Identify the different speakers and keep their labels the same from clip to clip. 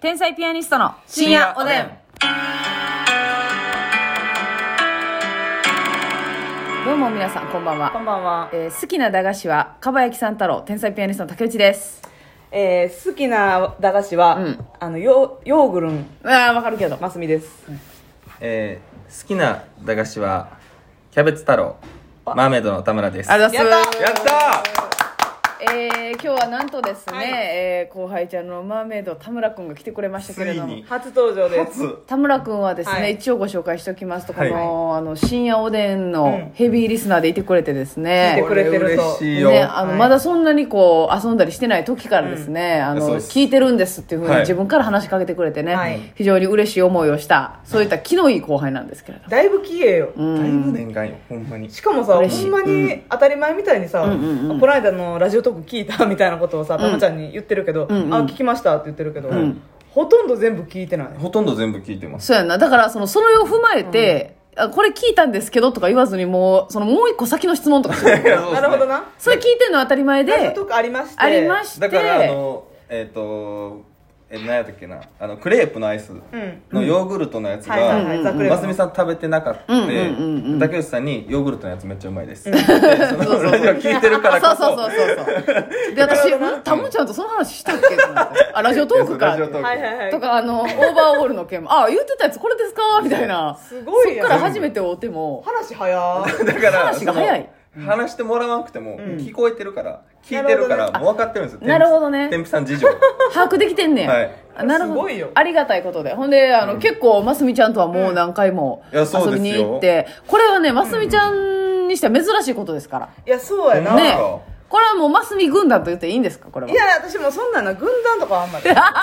Speaker 1: 天才ピアニストの深夜おでん。どうも皆さん、こんばん
Speaker 2: こん
Speaker 1: は。
Speaker 2: ばんは、
Speaker 1: えー好きな駄菓子は、かばやきさん太郎、天才ピアニストの竹内です。
Speaker 2: えー、好きな駄菓子は、
Speaker 1: うん
Speaker 2: あのヨーヨーグルン
Speaker 1: ああ、わかるけど。
Speaker 2: マスミです
Speaker 3: えー好きな駄菓子はキャベツ太郎マーメイドの田村です
Speaker 1: ありがとうござい
Speaker 2: やっ
Speaker 1: ます。
Speaker 3: やった
Speaker 1: えー、今日はなんとですね、
Speaker 2: はい
Speaker 1: えー後輩ちゃんのマーメイド田村くんが来てくれましたけれど
Speaker 3: つ
Speaker 1: も
Speaker 3: いに
Speaker 2: 初登場
Speaker 3: ー
Speaker 2: です
Speaker 3: 初
Speaker 1: 田村くんはですね、
Speaker 2: はい
Speaker 1: 一応ご紹介しておきますと、
Speaker 3: はい
Speaker 1: このあの深夜おでんのヘビーリスナーでいてくれてです
Speaker 2: 聞いて
Speaker 1: ね
Speaker 2: くれてると
Speaker 3: これ嬉しいよ、
Speaker 1: ね、あの
Speaker 2: はい
Speaker 1: まだそんなにこう遊んだりしてない時からですね、あ
Speaker 3: そう
Speaker 1: の
Speaker 3: です
Speaker 1: 聞いてるんですっていうふうに
Speaker 3: はい
Speaker 1: 自分から話しかけてくれてね、
Speaker 2: はい
Speaker 1: 非常に嬉しい思いをしたそういった気のいい後輩なんですけれども、
Speaker 2: だいぶ綺麗よ、
Speaker 3: だいぶ念願よほんまに
Speaker 2: しかもさほ
Speaker 1: 嬉しい
Speaker 2: んまに当たり前みたいにさ、この間のラジオトーク聞いたみたいなことをさたま、ちゃんに言ってるけど、
Speaker 1: んうん
Speaker 2: あ聞きましたって言ってるけど、
Speaker 3: ん
Speaker 2: ほとんど全部聞いてない
Speaker 3: ほとんど全部聞いてます
Speaker 1: そうやんなだからそのそれを踏まえて、あこれ聞いたんですけどとか言わずにもうそのもう一個先の質問とかして
Speaker 2: なるほどな
Speaker 1: それ聞いてんのは当たり前
Speaker 2: ラジオ
Speaker 1: で
Speaker 2: トークありまして
Speaker 1: ありまして
Speaker 3: だからあのえっ、とえ何やったっけなあのクレープのアイス
Speaker 2: うん
Speaker 3: のヨーグルトのやつ
Speaker 2: はいはいは
Speaker 3: が
Speaker 2: いざくれの
Speaker 3: ますみさん食べてなかったんで
Speaker 1: うんうん
Speaker 3: 竹内さんにヨーグルトのやつめっちゃうまいですでそのラジオ聞いてるからこ
Speaker 1: そう
Speaker 3: そ
Speaker 1: そうそうそうそうで私んタモちゃんとその話したっけと思ってあラジオトークか
Speaker 3: ラジオトーク
Speaker 2: はいはいはい
Speaker 1: とかあのオーバーオールの件もあ言ってたやつこれですかみたいな
Speaker 2: すご
Speaker 1: そ
Speaker 2: いや
Speaker 1: っ
Speaker 2: ん
Speaker 1: から初めて会うても
Speaker 2: 話早ー
Speaker 3: だから
Speaker 1: 話が早い
Speaker 3: その話してもらわなくても聞こえてるから、聞いてるから
Speaker 2: なるほどね
Speaker 3: もう分かってるんですよ
Speaker 1: なるほどね
Speaker 3: 天日さん 事情
Speaker 1: 把握できてんねん、
Speaker 3: はい
Speaker 1: あなるほど
Speaker 2: すごいよ
Speaker 1: ありがたいことでほんであの、結構ますみちゃんとはもう何回も
Speaker 3: いやそう
Speaker 1: 遊
Speaker 3: で
Speaker 1: び
Speaker 3: すよ
Speaker 1: に行って、これはねますみちゃんにしては珍しいことですから、
Speaker 2: いやそうやな、
Speaker 1: ね
Speaker 3: そう
Speaker 1: これはもうますみ軍団と言っていいんですかこれはい
Speaker 2: や私もそんなの軍団とかはあんま りいやなんか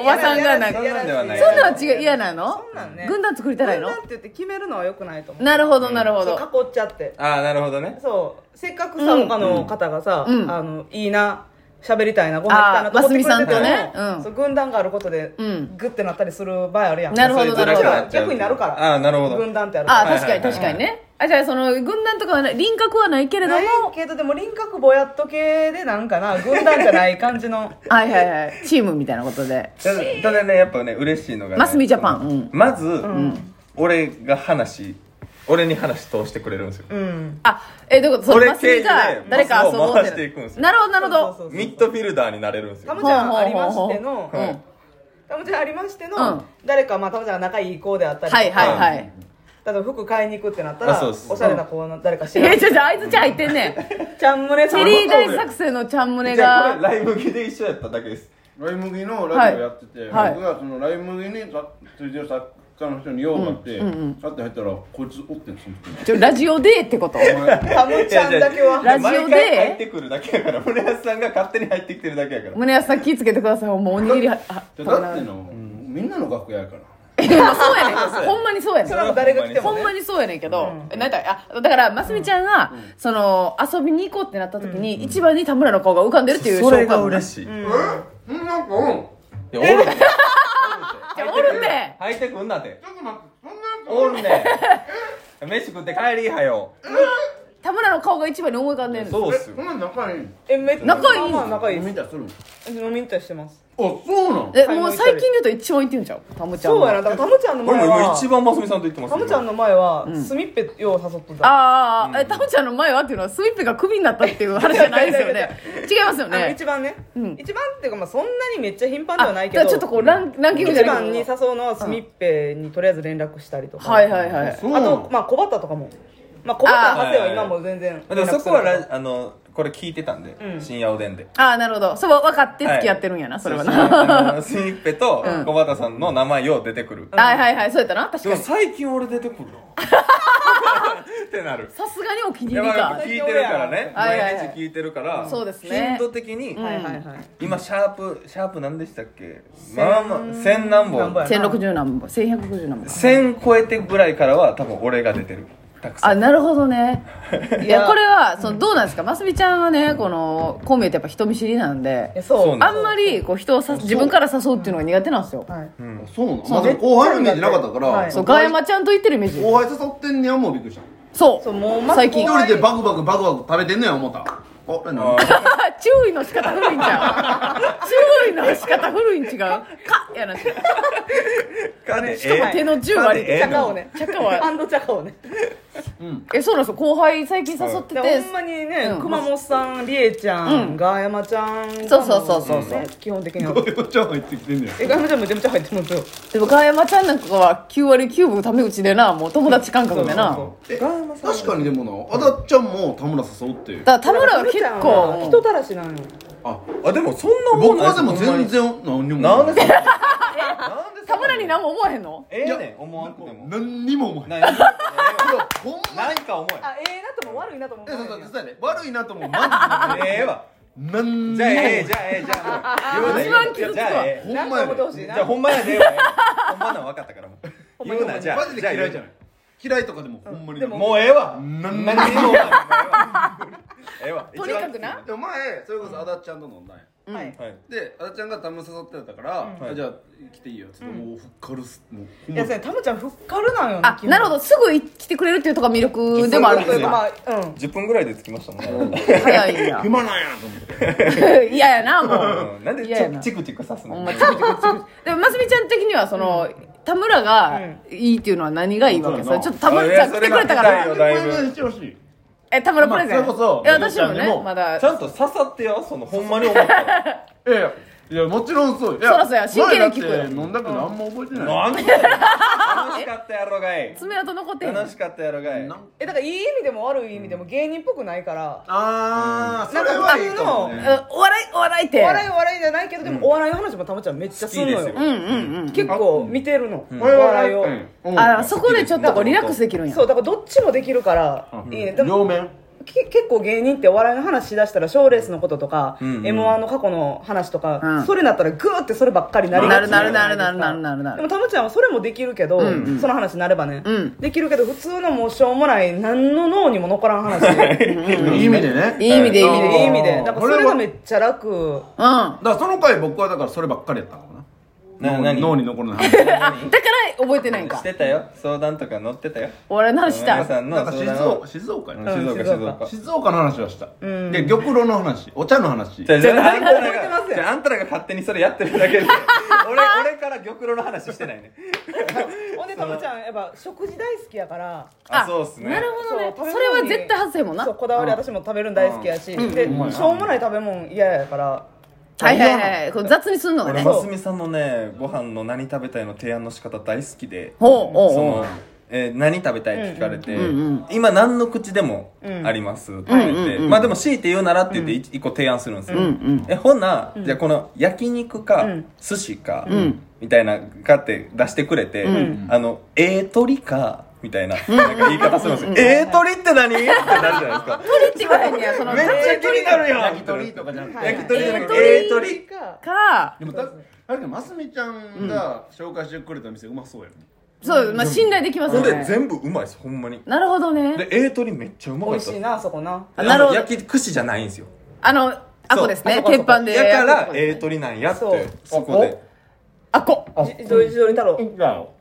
Speaker 1: おばさんがなんか
Speaker 2: いやらしい
Speaker 3: そんなんではない
Speaker 1: そんなんは違う嫌なの
Speaker 2: そんなんね
Speaker 1: 軍団作りたらいいの
Speaker 2: 軍団って言って決めるのはよくないと思う
Speaker 1: なるほどなるほど、
Speaker 2: そう囲っちゃって
Speaker 3: ああなるほどね
Speaker 2: そうせっかくさ、
Speaker 1: うん
Speaker 2: 他の方がさ、
Speaker 1: うん
Speaker 2: あのいいな喋りたいなご飯行きたいなと思ってくれてても、
Speaker 1: あーますみさんとねうん
Speaker 2: そう軍団があることで、
Speaker 1: うん
Speaker 2: グッてなったりする場合あるやん
Speaker 1: なるほど
Speaker 3: そういう
Speaker 1: なるほど
Speaker 3: ずらしちゃう
Speaker 2: 逆になるから
Speaker 3: ああなるほど
Speaker 2: 軍団ってあるから
Speaker 1: あ
Speaker 3: はい
Speaker 1: 確かに確かにね、あじゃあその軍団とかはない輪郭はないけれども
Speaker 2: ないけどでも輪郭ぼやっと系でなんかな軍団じゃない感じの
Speaker 1: はいはいはいチームみたいなことで
Speaker 3: ただただねやっぱね嬉しいのが、ね、
Speaker 1: マスミジャパン
Speaker 3: その
Speaker 1: うん
Speaker 3: まず、俺が話俺に話通してくれるんですよ、
Speaker 2: うん
Speaker 1: あえどういうことその
Speaker 3: 俺
Speaker 1: マスミ
Speaker 3: 経由
Speaker 1: が
Speaker 3: で
Speaker 1: 誰か遊ぼう
Speaker 3: マスを回していくんですよ
Speaker 1: なるほどなるほど
Speaker 2: そうそうそう
Speaker 3: ミッドフィルダーになれるんです
Speaker 2: た
Speaker 3: よ
Speaker 2: まちゃんありま
Speaker 1: ほうほうほうほう
Speaker 2: しての
Speaker 1: うん
Speaker 3: はい
Speaker 2: たまちゃんありましての、
Speaker 1: うん
Speaker 2: 誰かまあたまちゃんが仲いい子であったりとか、
Speaker 1: はいはいはい、
Speaker 2: 例えば服買いに行くってなったら
Speaker 3: あそうです
Speaker 2: おしゃれな子の誰か知らん
Speaker 1: えちょちょあいつちゃん入ってん ねん
Speaker 2: ちゃんむね
Speaker 1: チ
Speaker 2: さん
Speaker 1: ェリー大作戦のちゃん胸
Speaker 3: じゃあ
Speaker 1: が
Speaker 3: これライブ着で一緒やっただけです
Speaker 4: ライ麦のラジオやってて、
Speaker 1: はい
Speaker 4: 僕がそのライ麦にさついてる作家の人に用があって、さって入ったらこいつおってんその時
Speaker 1: ちょラジオでってこと
Speaker 2: たむちゃんだけ
Speaker 3: い
Speaker 2: は
Speaker 1: ラジオで
Speaker 3: やじゃあ毎回入ってくるだけやから村安さんが勝手に入ってきてるだけやから
Speaker 1: 胸安さん気ぃつけてくださいもうおにぎりはあ
Speaker 4: じゃあだっての、みんなの楽屋やから
Speaker 1: えまあ そうやねんほんまにそうやねん
Speaker 2: それはもう誰が来ても
Speaker 1: ほん
Speaker 2: ね
Speaker 1: まにそうやねんけど、なんだあだからますみちゃんが、その遊びに行こうってなった時に、一番に田村の顔が浮かんでるっていう
Speaker 3: それが
Speaker 1: もな
Speaker 3: 嬉しい、いや
Speaker 4: えなんかうん
Speaker 3: おる ね
Speaker 1: じゃあおるって
Speaker 3: 入ってくんなって
Speaker 4: ちょっと待ってそんな
Speaker 3: お
Speaker 4: や
Speaker 3: るね 飯食って帰りはよ
Speaker 1: 田村の顔が一番に思い浮かんでる
Speaker 3: そうっ
Speaker 4: つ
Speaker 3: すよ
Speaker 4: こんなん仲いい
Speaker 2: えめっちゃ
Speaker 1: 仲いい
Speaker 2: まあまあ仲いい
Speaker 4: 飲み
Speaker 2: で
Speaker 4: たいするの
Speaker 2: す飲みに行ったりしてます
Speaker 4: あそうなん
Speaker 1: えもう最近で言うと一番言ってんじゃんタムちゃん
Speaker 2: そうやな
Speaker 1: あ
Speaker 2: だからたむちゃんの
Speaker 3: 俺も
Speaker 2: 前
Speaker 3: 今一
Speaker 2: は
Speaker 3: 番ますみさんと言ってます
Speaker 2: たむちゃんの前はすみっぺよう誘っとった
Speaker 1: あああえタムちゃんの前はっていうのはスイップがクビになったっていう話じゃないですよね違いますよ
Speaker 2: あの
Speaker 1: ね
Speaker 2: 一番ね
Speaker 1: ん
Speaker 2: 一番っていうかまあそんなにめっちゃ頻繁では
Speaker 1: あ
Speaker 2: ない
Speaker 1: じ
Speaker 2: け
Speaker 1: ゃ
Speaker 2: ど
Speaker 1: あちょっとこうランランキングじ
Speaker 2: 一
Speaker 1: ゃない
Speaker 2: 番に誘
Speaker 1: けど
Speaker 2: うのはすみっぺにとりあえず連絡したりとか
Speaker 1: はいはいはい
Speaker 4: そう
Speaker 2: あ
Speaker 4: な
Speaker 2: と
Speaker 4: の
Speaker 2: まあ小畑とかもまあ小畑博士は今も全然
Speaker 3: でもそこは
Speaker 2: 連絡するけど
Speaker 3: ラあのこれ聞いてたんで、
Speaker 2: うん
Speaker 3: 深夜おでんで
Speaker 1: ああなるほどそう分かって付き合ってるんやな、それはな
Speaker 3: なスニッペと小畑さんの名前よう出てくる、
Speaker 1: はいはいはいそうやったな確
Speaker 3: で
Speaker 1: か
Speaker 3: も
Speaker 1: にさ
Speaker 3: 最近俺出てくるなってなる
Speaker 1: すがにお気に
Speaker 3: い
Speaker 1: 入
Speaker 3: や
Speaker 1: り
Speaker 3: まあやっ
Speaker 1: か
Speaker 3: ぱ聞いてるからね
Speaker 1: はいはいはい
Speaker 3: 毎日聞いてるから
Speaker 1: そうですね
Speaker 3: 頻度的に、
Speaker 2: はいはいはい
Speaker 3: 今シャープシャープ何でしたっけまあまあ千何
Speaker 2: 何本
Speaker 3: 本
Speaker 2: や
Speaker 1: 1060何本1160何本
Speaker 3: 千超えてぐらいからは多分俺が出てるたくさん
Speaker 1: あなるほど ねい
Speaker 2: いや
Speaker 1: やこれはそのどうなんですかますみちゃんはねこのこう見えてやっぱ人見知りなんで
Speaker 2: えそう
Speaker 3: そう
Speaker 1: あんまりこう人をさ自分から誘うっていうのが苦手なんですよ、
Speaker 2: はい
Speaker 4: あそうなんまあでも後輩のイメージなかったから、
Speaker 2: はい
Speaker 1: そうガヤマちゃんと言ってるイメージ
Speaker 4: 後輩誘ってんねやもうびっくりした
Speaker 1: そう
Speaker 2: そうもうまず
Speaker 1: 最
Speaker 4: 一
Speaker 1: 近
Speaker 2: 後輩
Speaker 4: 人でバクバクバクバク食べてんねや思ったこれなんだ
Speaker 1: あ 注意の仕方古いんちゃ う注意の仕方古いん違うかやなし
Speaker 3: かで
Speaker 1: しかも手の10割
Speaker 3: え
Speaker 1: で
Speaker 3: え
Speaker 2: チャ
Speaker 3: の
Speaker 2: カをね
Speaker 1: チャカは
Speaker 2: ハンドチャカをね
Speaker 1: えそうなんですよ後輩最近誘ってて、
Speaker 2: でほんまにね、
Speaker 1: うん
Speaker 2: 熊本さんりえちゃん、ガーヤマちゃんがも
Speaker 1: そうそうそうそうそう
Speaker 2: ね基本的には
Speaker 4: これお茶入ってきてんね
Speaker 2: えガーヤマちゃんめちゃめちゃ入ってますよ
Speaker 1: でも川山ちゃんなんかは9割9分タメ口でなもう友達感覚でな
Speaker 4: え確かにでもなあだっちゃんも田村誘うっていう
Speaker 1: だから田村は結構
Speaker 2: 人たらしなのよ
Speaker 3: ああでもそんなもん
Speaker 4: 僕
Speaker 3: ない
Speaker 4: はでも全然何にも
Speaker 3: なんでそんな
Speaker 1: 田村に何も思わへんの
Speaker 3: ええねん思わんくても
Speaker 4: 何にも思えへん
Speaker 3: なええねん
Speaker 4: いやほんま
Speaker 3: な
Speaker 4: に
Speaker 3: んか思え
Speaker 2: あええなとも悪いなとも
Speaker 4: えそうそうそうやね悪いなと思うマジで
Speaker 3: ええわ
Speaker 4: 何に
Speaker 3: じゃ
Speaker 4: も
Speaker 3: あええじゃあええじゃあもう
Speaker 1: 一番傷つくわ
Speaker 3: じゃあええ
Speaker 4: ほん
Speaker 2: なん
Speaker 4: ま
Speaker 2: か
Speaker 4: や
Speaker 2: 思
Speaker 4: ね
Speaker 2: ってほしい
Speaker 3: じ
Speaker 2: な
Speaker 3: ゃあほんまやではええわほんまなん分かったからもう言うなじゃあ
Speaker 4: マジで
Speaker 3: じゃあ
Speaker 4: 嫌いじゃない嫌いとかでもほんまに
Speaker 2: で
Speaker 4: で
Speaker 2: も
Speaker 4: も
Speaker 3: もうええわ
Speaker 4: なん
Speaker 3: 何にも思わんええわええわ
Speaker 1: とにかくな
Speaker 4: でも前それこそあだっちゃんと飲んだんや
Speaker 2: はい
Speaker 3: はい
Speaker 4: であだっちゃんが田村誘ってたから
Speaker 3: うん
Speaker 4: あじゃあ来ていいよっつってもうふっかるすもうほ
Speaker 2: い
Speaker 4: ん
Speaker 2: やそ
Speaker 4: ま
Speaker 2: うやねタムちゃんふっかるなんよね
Speaker 1: あなるほどすぐ来てくれるっていうとこが魅力でもあるん
Speaker 2: と
Speaker 1: で
Speaker 2: い
Speaker 1: す
Speaker 2: う
Speaker 1: よ
Speaker 2: かまあうん
Speaker 3: 10分ぐらいで着きましたもんね
Speaker 1: 早いや
Speaker 4: 暇なんやと思っ て
Speaker 1: 嫌やなも う
Speaker 3: うんなんで
Speaker 1: 嫌やな
Speaker 3: チクチク刺す
Speaker 1: ほん
Speaker 3: の
Speaker 1: まチクチクチクでもますみちゃん的にはその、田村がいいっていうのは何がいいわけ、
Speaker 4: うん
Speaker 1: それちょっと田村ちゃん来てくれたか
Speaker 3: あいやそ
Speaker 1: ら
Speaker 3: れがだいぶ
Speaker 4: これが一番欲しい
Speaker 1: え田村プレゼン、
Speaker 4: まあそれこそ
Speaker 1: いや私も
Speaker 4: まあ
Speaker 1: ねまだ
Speaker 3: ちゃんと刺さってよそのほんまに思ったら
Speaker 4: いやいやいやもちろんそうよい
Speaker 1: そらそうや真剣に聞くよ
Speaker 4: 前だって飲んだけどあんま覚えてない
Speaker 3: なんで楽しかったやろがい
Speaker 1: 爪痕残ってんの
Speaker 3: 楽しかったやろがい
Speaker 4: なん
Speaker 2: えだからいい意味でも悪い意味でも芸人っぽくないから、
Speaker 4: あー
Speaker 2: なんか普通の
Speaker 1: うんお笑いお笑いって
Speaker 2: お笑いお笑いじゃないけどでもお笑いの話もたまちゃんめっちゃするのよ
Speaker 3: 好きで
Speaker 1: う
Speaker 3: す
Speaker 1: んうんうん
Speaker 2: 結構見てるの、
Speaker 4: お
Speaker 2: お笑いを、
Speaker 1: あそこでちょっとこうリラックスできるんや
Speaker 2: そうだからどっちもできるから、いいねでも
Speaker 4: 両面
Speaker 2: き結構芸人ってお笑いの話しだしたら賞ーレースのこととか、
Speaker 3: うんうん
Speaker 2: m 1の過去の話とか、
Speaker 1: うん
Speaker 2: それになったらグーってそればっかりなり
Speaker 1: な
Speaker 2: が
Speaker 1: る
Speaker 2: ち
Speaker 1: なるなるなるなるなるな
Speaker 2: で
Speaker 1: る
Speaker 2: もたまちゃんはそれもできるけど、その話になればね、
Speaker 1: うん
Speaker 2: できるけど普通のもうしょうもない何の脳にも残らん 話い
Speaker 4: いい意味でね
Speaker 1: いい意味でいい意味で
Speaker 2: い意味でだからそれがめ
Speaker 4: だ
Speaker 2: っちゃ楽
Speaker 1: うん だか
Speaker 4: からその回僕はだからそればっかりやったのか
Speaker 3: な
Speaker 4: な
Speaker 3: 何
Speaker 4: 脳に残るの話
Speaker 1: ら覚えてないん
Speaker 3: し
Speaker 1: か
Speaker 3: てたよ相談とか乗ってたよ
Speaker 1: お笑いの話した
Speaker 3: 皆さんの
Speaker 4: なんか
Speaker 3: 相
Speaker 4: 静
Speaker 3: 談を
Speaker 4: 岡静岡や
Speaker 3: うん
Speaker 4: な
Speaker 3: 静岡
Speaker 2: 静
Speaker 3: 静
Speaker 2: 岡
Speaker 3: 岡
Speaker 4: 静岡の話はしたで玉露の話お茶の話
Speaker 3: じゃあじゃああんたら
Speaker 2: やってま
Speaker 3: が
Speaker 2: す
Speaker 3: じゃああんたらが勝手にそれやってるだけ で俺俺から玉露の話してないね
Speaker 2: ほんでたまちゃんやっぱ食事大好きやから
Speaker 3: あそうっすね
Speaker 1: なるほどね
Speaker 2: そう
Speaker 1: それは絶対外せもんな
Speaker 2: そうこだわり私も食べるの大好きやし、で
Speaker 4: うん
Speaker 2: しょうもない食べ物嫌やから
Speaker 1: はいはいはいこう雑にすんのが
Speaker 3: 俺
Speaker 1: ね
Speaker 3: ますみさんのねご飯の何食べたいの提案の仕方大好きで
Speaker 1: ほうほう
Speaker 3: そ
Speaker 1: ほ
Speaker 3: の
Speaker 1: う
Speaker 3: えー何食べたいって聞かれて、
Speaker 1: うんうん
Speaker 3: 今何の口でもありますって言って、
Speaker 1: うんうんうん
Speaker 3: まあでも強いて言うならって言って一一個提案するんですよ、
Speaker 1: うんうん
Speaker 3: えほな、じゃあこの焼肉か、
Speaker 2: ん
Speaker 3: 寿司か、
Speaker 1: ん
Speaker 3: みたいなかって出してくれて、
Speaker 1: ん
Speaker 3: あのええ鳥かみたいななんか言い方するんですよ、ええ鳥って何ってなるじゃないですか
Speaker 1: 鳥って言わへんねやその
Speaker 3: めっちゃ気になるやん
Speaker 4: 焼き鳥とかじゃなく
Speaker 2: は
Speaker 4: て
Speaker 2: い
Speaker 3: 焼き鳥じゃなくて
Speaker 1: え
Speaker 3: え
Speaker 1: え
Speaker 3: え
Speaker 1: 鳥
Speaker 3: 鳥
Speaker 2: か
Speaker 1: か
Speaker 4: でもだだけどますみちゃんが紹介してくれた店うまそうやね
Speaker 1: そうまあ信頼できます
Speaker 3: ほ
Speaker 1: よ
Speaker 3: んで
Speaker 1: ね
Speaker 3: 全部うまいですほんまに
Speaker 1: なるほどね
Speaker 3: でええ鳥めっちゃう
Speaker 2: 美
Speaker 3: まかっ
Speaker 2: 味
Speaker 3: た
Speaker 2: しいなあそこな
Speaker 1: あなるほど
Speaker 3: あの焼き串じゃないんですよ
Speaker 1: あのあこです
Speaker 2: そ
Speaker 1: ね
Speaker 2: う
Speaker 1: 鉄板で
Speaker 3: だからええ
Speaker 1: え
Speaker 3: 鳥なんやって
Speaker 2: そう
Speaker 3: そこで
Speaker 1: あこ
Speaker 2: じ自撮り自撮り太郎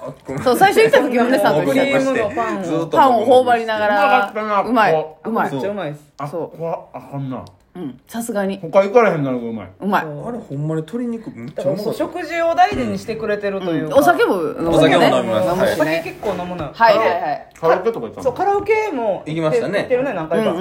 Speaker 3: あごめん
Speaker 1: そう最初行った時嫁さんと
Speaker 3: ご
Speaker 1: 一
Speaker 3: め
Speaker 1: 緒
Speaker 3: ん
Speaker 1: に
Speaker 2: ームのパンを
Speaker 3: ずっと
Speaker 1: パンを頬張りなが
Speaker 4: うまかったな
Speaker 1: らうまい
Speaker 4: こ
Speaker 1: うまい
Speaker 2: めっちゃうまいです
Speaker 4: あ
Speaker 1: そう
Speaker 4: こはあかんな
Speaker 1: うんさすがに
Speaker 4: 他行かれへんならうまいう
Speaker 1: まい
Speaker 2: そう
Speaker 3: あれほんまに鶏肉めっち
Speaker 2: だ
Speaker 3: ゃ
Speaker 2: か
Speaker 3: う
Speaker 2: らそ
Speaker 3: まか
Speaker 2: う
Speaker 3: った
Speaker 2: 食事を大事にしてくれてるというか、
Speaker 1: お酒も飲むね
Speaker 3: お酒も飲み
Speaker 2: お
Speaker 3: ます
Speaker 1: はい
Speaker 2: 酒結構飲むのよ
Speaker 1: はいはいはい
Speaker 4: カラオケとか行った
Speaker 2: そうカラオケも
Speaker 3: 行きましたね
Speaker 2: 行ってるね何回か、
Speaker 1: うん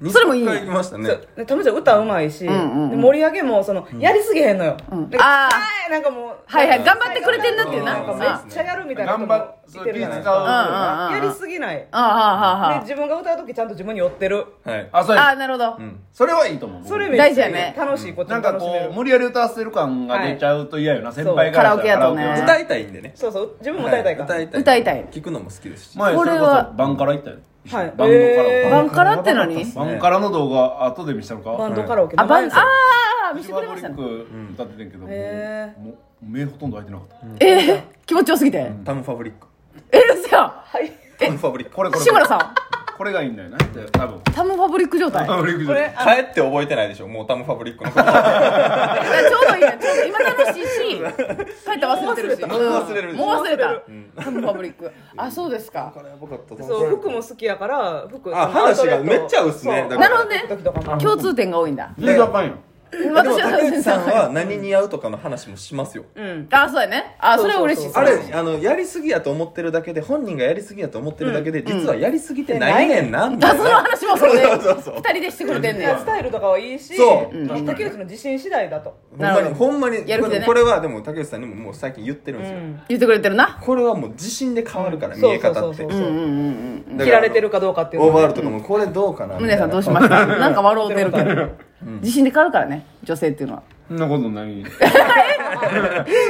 Speaker 1: うんそれもいい
Speaker 3: 二
Speaker 1: ね
Speaker 3: 回行きましたね
Speaker 2: そうでたまちゃん歌うまいし、
Speaker 1: んうんうん
Speaker 2: で盛り上げもそのやりすぎへんのよ、
Speaker 1: ん
Speaker 2: なんか
Speaker 1: あー
Speaker 2: はいなんかもう
Speaker 1: はいはい頑張ってくれてんなっていうな
Speaker 2: なんか
Speaker 3: うん
Speaker 2: めっちゃやるみたいな
Speaker 4: 頑張っ
Speaker 2: 人も
Speaker 4: そう
Speaker 2: い
Speaker 4: 気
Speaker 2: て
Speaker 4: 使
Speaker 2: る
Speaker 4: う
Speaker 2: じゃな
Speaker 1: うんうんうん
Speaker 2: いですかや
Speaker 4: よ
Speaker 2: りすぎない
Speaker 1: ああ
Speaker 2: で
Speaker 1: ああ
Speaker 2: 自分が歌う時ちゃんと自分に寄ってる
Speaker 3: はい
Speaker 4: あそ
Speaker 1: あ
Speaker 4: うや
Speaker 1: あなるほど
Speaker 3: うん
Speaker 4: それはいいと思う
Speaker 2: それ
Speaker 4: 僕
Speaker 2: めっちゃい
Speaker 1: 大事や
Speaker 2: い
Speaker 1: ね
Speaker 2: 楽しいこと
Speaker 4: な
Speaker 2: も
Speaker 4: んか
Speaker 2: 楽しめ
Speaker 4: こ
Speaker 2: る
Speaker 4: う無理やり歌わせてる感が出ちゃうと嫌よな先輩から
Speaker 1: そうカラ
Speaker 4: したら
Speaker 1: オケやとね
Speaker 4: カラオケは
Speaker 3: 歌いたいんでね
Speaker 2: そうそう自分も歌いたいから、
Speaker 3: は
Speaker 2: はい
Speaker 3: 歌
Speaker 1: 歌いたい
Speaker 3: 聞くのも好きですし
Speaker 4: 前
Speaker 1: こ
Speaker 4: そ
Speaker 1: れ
Speaker 4: れこ
Speaker 1: は
Speaker 4: そバンカラ行ったよ
Speaker 2: はい
Speaker 4: バンドカラオ
Speaker 2: え
Speaker 4: ケ
Speaker 2: ー
Speaker 1: バンカラって何
Speaker 4: バンカラの動画後で見せたの
Speaker 2: バン
Speaker 4: か
Speaker 2: ドカラオケ
Speaker 1: あバンあ
Speaker 2: あ
Speaker 1: あ見せてくれました
Speaker 4: シ
Speaker 1: ね
Speaker 4: バブリック歌っててんけども
Speaker 2: へ
Speaker 4: うもう目ほとんど開いてなかった
Speaker 1: ええ気持ちよすぎて
Speaker 3: タムファブリック
Speaker 1: え嘘や
Speaker 2: はい
Speaker 3: タムファブリックこ
Speaker 4: こ
Speaker 3: れ
Speaker 4: れこれ
Speaker 1: 志村さん
Speaker 4: これがいいんだよね多分
Speaker 1: タムファブリック状態ちょ
Speaker 4: あ俺行く
Speaker 2: こ
Speaker 4: ぞ
Speaker 2: れ
Speaker 3: 帰って覚えてないでしょもうタムファブリックのこ と
Speaker 1: うどいいねちょうど今楽しいし帰ったら忘れてるし
Speaker 3: もう忘れる
Speaker 1: うんもう忘れた
Speaker 2: う
Speaker 3: んな
Speaker 1: パブリックあそうですか
Speaker 3: これやばかったな
Speaker 2: そう服も好きやから服
Speaker 3: あ
Speaker 2: そのアウトレット
Speaker 3: 話がめっちゃ合うっすね
Speaker 2: そう
Speaker 1: からな
Speaker 3: だ
Speaker 1: るほどね
Speaker 2: 時とかも
Speaker 1: 共通点が多いんだ
Speaker 4: 全然あかんよ
Speaker 3: でも
Speaker 1: 私は
Speaker 3: 竹内さん
Speaker 1: 全然
Speaker 3: は何に合うとかの話もしますよ
Speaker 2: うん
Speaker 1: あそうやねあそれは嬉しい
Speaker 3: あ
Speaker 2: そう
Speaker 3: れあのやりすぎやと思ってるだけで本人がやりすぎやと思ってるだけで、実はやりすぎてないねんな みた
Speaker 1: あ
Speaker 3: い
Speaker 1: そ
Speaker 3: な、
Speaker 1: の話もそれで
Speaker 3: そうそうそう
Speaker 1: 二人でしてくれてんねん
Speaker 2: スタイルとかはいいし
Speaker 3: そう
Speaker 2: まあ竹内の自信次第だと
Speaker 1: なるほど
Speaker 3: ほんまにほんまに
Speaker 1: やる気でね
Speaker 3: これはでも竹内さんにももう最近言ってるんですよ、
Speaker 1: 言ってくれてるな
Speaker 3: これはもう自信で変わるから、
Speaker 2: うん
Speaker 3: 見え方って
Speaker 2: そうそうそうそう
Speaker 1: うんうんうん
Speaker 3: だから
Speaker 2: 切られてるかどうかっていう
Speaker 3: オー
Speaker 2: の
Speaker 3: バー
Speaker 2: は
Speaker 3: ルとかもこれどうかな
Speaker 1: うん宗さんどうしま
Speaker 3: し
Speaker 1: したなんか笑うてるけど自信で変わるからね女性っていうのは
Speaker 4: そんなこ とない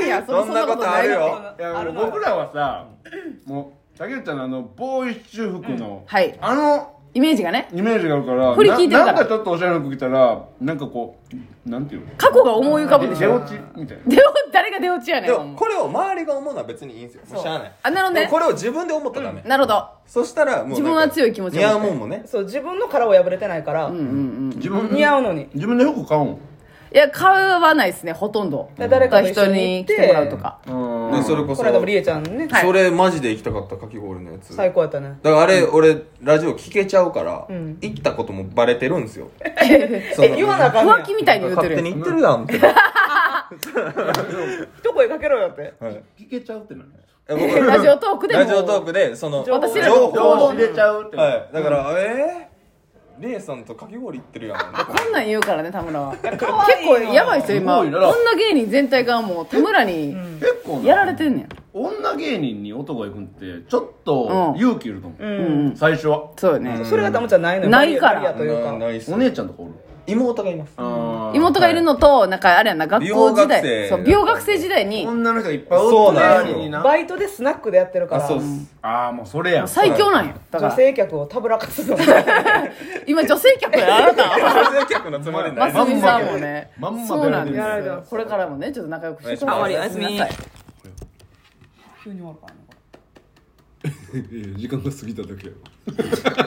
Speaker 1: いや
Speaker 3: そんなことあるよ
Speaker 4: いやもう僕らはさもう竹内ちゃんのあのボーイッシュ服の、
Speaker 1: はい
Speaker 4: あの
Speaker 1: イメージがね
Speaker 4: イメージがあるから
Speaker 1: 振り切ってるから
Speaker 4: ななんかちょっとおしゃれな服着たらなんかこうなんていうの
Speaker 1: 過去が思い浮かぶでし
Speaker 4: 出
Speaker 1: ょ
Speaker 4: 落ちみたいな
Speaker 1: 出落ち誰が出落ちやねん
Speaker 3: で
Speaker 1: ほん
Speaker 3: も
Speaker 1: ま
Speaker 3: これを周りが思うのは別にいいんですよもうしゃあない
Speaker 1: あなるほどね
Speaker 3: でもこれを自分で思ったらダメ、
Speaker 1: なるほど
Speaker 3: そしたらもうなんか
Speaker 1: 自分は強い気持ちを持
Speaker 3: 似
Speaker 1: って
Speaker 3: 合うもんもね
Speaker 2: そう自分の殻を破れてないから、
Speaker 4: 自分で
Speaker 2: 似合うのに
Speaker 4: 自分で服買うん
Speaker 1: いや買わないですねほとんど
Speaker 2: で誰かと一
Speaker 1: 人
Speaker 2: 緒に
Speaker 1: に
Speaker 2: 行っ
Speaker 1: 来
Speaker 2: て
Speaker 1: てもらうとか
Speaker 4: うん
Speaker 3: ねそれこそ
Speaker 2: これでもりえちゃんね、
Speaker 1: はい
Speaker 3: それマジで行きたかったかき氷のやつ
Speaker 2: 最高やったね
Speaker 3: だからあれ、俺ラジオ聞けちゃうから、行ったこともバレてるんです よその
Speaker 2: え言わなあかんね
Speaker 1: 浮
Speaker 2: ん
Speaker 1: 気みたいに言うて
Speaker 3: 勝手
Speaker 1: る
Speaker 3: に
Speaker 1: やん
Speaker 3: 行ってるやんって、
Speaker 2: 一声かけろよって
Speaker 3: はい
Speaker 4: 聞けちゃうってなる
Speaker 3: え僕
Speaker 1: ラジオトークでも
Speaker 3: ラジオトークでその情
Speaker 1: 私らの
Speaker 3: 報
Speaker 4: 情
Speaker 3: を
Speaker 4: 報入れちゃうってなる
Speaker 3: はいだから、えー、レイさんとかき氷行ってるやん
Speaker 1: こんなん言うからね田村は結
Speaker 2: 可愛いよ
Speaker 1: 構やばいですよ今
Speaker 4: すごいな
Speaker 1: 女芸人全体がもう田村に
Speaker 4: 結構な
Speaker 1: やられてんねん
Speaker 4: 女芸人に男が行くんってちょっと
Speaker 1: うん
Speaker 4: 勇気いると思う、
Speaker 2: ん
Speaker 4: 最初は
Speaker 1: そうよね
Speaker 2: それがたまちゃんないのよ
Speaker 1: ないから
Speaker 2: バリアというか
Speaker 3: なないっす
Speaker 4: お姉ちゃんとかおる
Speaker 3: 妹がい ます
Speaker 4: あ
Speaker 1: 妹がいるのとなんかあれやな学校時
Speaker 3: 美容学生
Speaker 1: 代そう美容学生時代に
Speaker 4: 女の人がいっぱいおる
Speaker 3: そうなん
Speaker 4: 隣にな
Speaker 2: バイトでスナックでやってるか
Speaker 3: あ
Speaker 2: ら
Speaker 3: そうっす
Speaker 4: ああもうそれやん
Speaker 1: 最強 なんよだか
Speaker 2: 女
Speaker 1: ら
Speaker 2: 性客をたぶらかすの
Speaker 1: 今女性客やあなた
Speaker 3: 女性客のつまりない
Speaker 1: ますみさんもね
Speaker 4: まんま
Speaker 1: そうなん
Speaker 4: やら
Speaker 1: で
Speaker 2: れて
Speaker 1: すよ
Speaker 2: ます
Speaker 1: これからもねちょっと仲良くしてく
Speaker 3: あ終
Speaker 1: だ
Speaker 3: わりお
Speaker 1: さ
Speaker 3: や
Speaker 1: い
Speaker 2: すみ
Speaker 1: なさい
Speaker 2: 急に終わるからね
Speaker 5: 時間が過ぎただけやろ